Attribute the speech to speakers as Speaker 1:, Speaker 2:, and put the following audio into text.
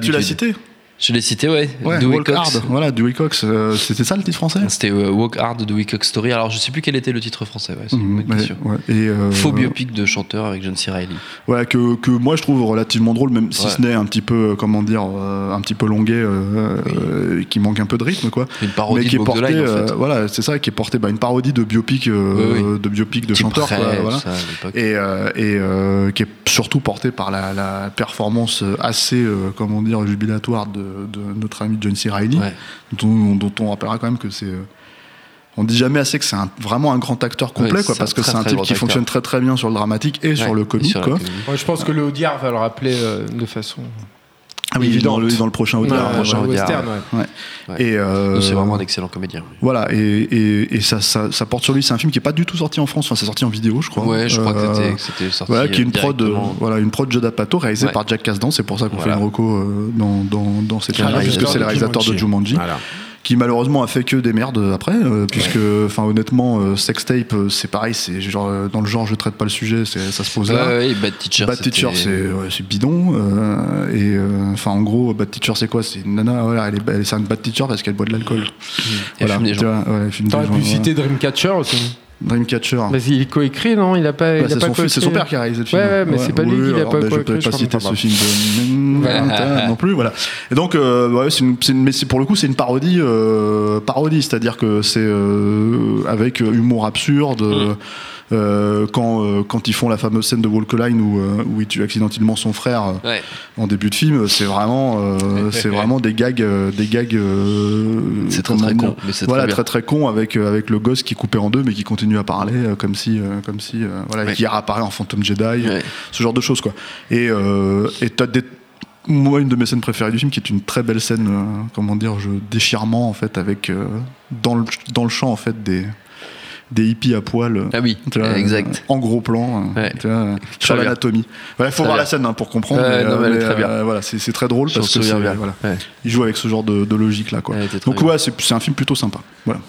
Speaker 1: Tu l'as cité
Speaker 2: Je l'ai cité, ouais.
Speaker 1: Ouais,
Speaker 2: Dewey
Speaker 1: Walk
Speaker 2: Cox.
Speaker 1: Hard. Voilà, Dewey Cox. euh, C'était ça le titre français
Speaker 2: C'était euh, Walk Hard de Cox Story. Alors, je sais plus quel était le titre français. Ouais, c'est une
Speaker 1: Mhm,
Speaker 2: bonne
Speaker 1: ouais,
Speaker 2: question.
Speaker 1: ouais. Et, euh,
Speaker 2: Faux biopic de chanteur avec John C. Reilly.
Speaker 1: Voilà, que, que moi je trouve relativement drôle, même si
Speaker 2: Ouais.
Speaker 1: ce n'est un petit peu, euh, comment dire, euh, un petit peu longuet, euh,
Speaker 2: Oui.
Speaker 1: euh, qui manque un peu de rythme, quoi.
Speaker 2: Une parodie
Speaker 1: mais qui
Speaker 2: de
Speaker 1: est
Speaker 2: Walk
Speaker 1: porté,
Speaker 2: the Line, en
Speaker 1: euh,
Speaker 2: fait.
Speaker 1: voilà, c'est ça, qui est porté, bah, une parodie de biopic, euh,
Speaker 2: Oui,
Speaker 1: de biopic de
Speaker 2: Petit
Speaker 1: chanteur,
Speaker 2: prêt,
Speaker 1: quoi,
Speaker 2: tout
Speaker 1: voilà.
Speaker 2: ça, à l'époque.
Speaker 1: Et, euh, et euh, qui est surtout porté par la, la performance assez, euh, comment dire, jubilatoire de, de notre ami John C. Reilly,
Speaker 2: Ouais.
Speaker 1: dont, dont on rappellera quand même que c'est. euh, on dit jamais assez que c'est un- vraiment un grand acteur complet,
Speaker 2: Ouais,
Speaker 1: quoi,
Speaker 2: c'est
Speaker 1: parce
Speaker 2: un
Speaker 1: que
Speaker 2: très,
Speaker 1: c'est un
Speaker 2: très
Speaker 1: type
Speaker 2: gros
Speaker 1: qui
Speaker 2: acteur.
Speaker 1: fonctionne très très bien sur le dramatique et sur
Speaker 2: Ouais,
Speaker 1: le
Speaker 2: et
Speaker 1: comique,
Speaker 2: sur la
Speaker 1: quoi.
Speaker 2: comédie.
Speaker 3: Ouais, je pense que le Audiard va le rappeler euh, de façon
Speaker 1: Ah oui, il est dans le, dans le prochain
Speaker 3: Ouais,
Speaker 1: auteur.
Speaker 2: le prochain
Speaker 3: ouais,
Speaker 2: Audiard,
Speaker 3: western. ouais.
Speaker 2: ouais.
Speaker 1: Et euh,
Speaker 2: Non, C'est vraiment un excellent comédien. oui.
Speaker 1: Voilà, et, et, et ça, ça, ça porte sur lui. C'est un film qui est pas du tout sorti en France. Enfin, c'est sorti en vidéo, je crois.
Speaker 2: Ouais, je crois que
Speaker 1: Euh,
Speaker 2: c'était- que c'était sorti.
Speaker 1: Voilà, qui est une prod, euh,
Speaker 2: directement.
Speaker 1: voilà, une prod de Judd Apatow réalisée
Speaker 2: Ouais.
Speaker 1: par Jack Kasdan. C'est pour ça qu'on
Speaker 2: Voilà.
Speaker 1: fait une reco euh, dans, dans, dans cette
Speaker 2: Qui est le
Speaker 1: année, puisque c'est le réalisateur de Jumanji,
Speaker 4: Voilà.
Speaker 1: qui malheureusement a fait que des merdes euh, après, euh, puisque, enfin, honnêtement, euh, Sextape, euh, c'est pareil, c'est genre, euh, dans le genre, je traite pas le sujet, c'est- ça se pose là.
Speaker 2: Ouais, ouais, et Bad Teacher.
Speaker 1: Bad
Speaker 2: Euh, c'était-
Speaker 1: Teacher, c'est ouais, c'est bidon. euh, et euh, enfin, en gros, Bad Teacher, c'est quoi C'est une nana, voilà, elle est, elle- c'est un Bad Teacher parce qu'elle boit de l'alcool.
Speaker 2: Et Mmh. elle fume des
Speaker 1: tu
Speaker 2: gens.
Speaker 1: vois, voilà, elle fume des
Speaker 3: T'aurais
Speaker 1: gens,
Speaker 3: pu
Speaker 1: voilà.
Speaker 3: citer Dreamcatcher aussi.
Speaker 1: Dreamcatcher.
Speaker 3: Mais il est coécrit, non Il a pas,
Speaker 1: Bah,
Speaker 3: il a
Speaker 1: Ah. c'est
Speaker 3: pas
Speaker 1: son, fils- c'est
Speaker 3: coécrit.
Speaker 1: son père qui a réalisé le film.
Speaker 3: Ouais, ouais, mais c'est pas lui qui l'a
Speaker 1: alors,
Speaker 3: pas
Speaker 1: bah, Je peux
Speaker 3: coécrit,
Speaker 1: pas
Speaker 3: je
Speaker 1: citer
Speaker 3: comprends
Speaker 1: ce film de
Speaker 2: Ouais.
Speaker 1: non plus. Voilà. Et donc, euh, ouais, c'est une, c'est une- mais c'est pour le coup, c'est une parodie, euh, parodie, c'est-à-dire que c'est euh, avec euh, humour absurde.
Speaker 2: Mm.
Speaker 1: euh, euh, quand, euh, quand ils font la fameuse scène de Walk the Line où, euh, où il tue accidentellement son frère euh,
Speaker 2: Ouais.
Speaker 1: en début de film, c'est vraiment, euh, c'est vraiment des gags, euh, des gags. euh,
Speaker 2: C'est très
Speaker 1: comment
Speaker 2: très
Speaker 1: dire
Speaker 2: con. Mais c'est
Speaker 1: voilà,
Speaker 2: très
Speaker 1: très
Speaker 2: bien.
Speaker 1: très con avec, euh, avec le gosse qui est coupé en deux mais qui continue à parler euh, comme si, euh, comme si euh, voilà, et
Speaker 2: Ouais.
Speaker 1: qui réapparaît en fantôme Jedi,
Speaker 2: Ouais.
Speaker 1: ce genre de choses quoi. Et euh, et t'as des moi une de mes scènes préférées du film qui est une très belle scène euh, comment dire je déchirement en fait avec euh, dans le dans le champ en fait des des hippies à poil euh,
Speaker 2: Ah oui,
Speaker 1: tu vois,
Speaker 2: exact.
Speaker 1: euh, en gros plan euh,
Speaker 2: Ouais.
Speaker 1: tu vois, euh, sur
Speaker 2: bien.
Speaker 1: l'anatomie. Voilà, faut
Speaker 2: Très
Speaker 1: voir
Speaker 2: bien.
Speaker 1: la scène hein, pour comprendre. mais,
Speaker 2: Ouais, non,
Speaker 1: euh,
Speaker 2: mais elle est
Speaker 1: mais,
Speaker 2: très bien.
Speaker 1: euh, voilà, c'est c'est très drôle
Speaker 2: Je me
Speaker 1: parce que
Speaker 2: souviens
Speaker 1: c'est-
Speaker 2: bien.
Speaker 1: voilà,
Speaker 2: Ouais.
Speaker 1: il joue avec ce genre de, de logique là quoi.
Speaker 2: Elle était très
Speaker 1: Donc ouais, c'est c'est un film plutôt sympa. Voilà.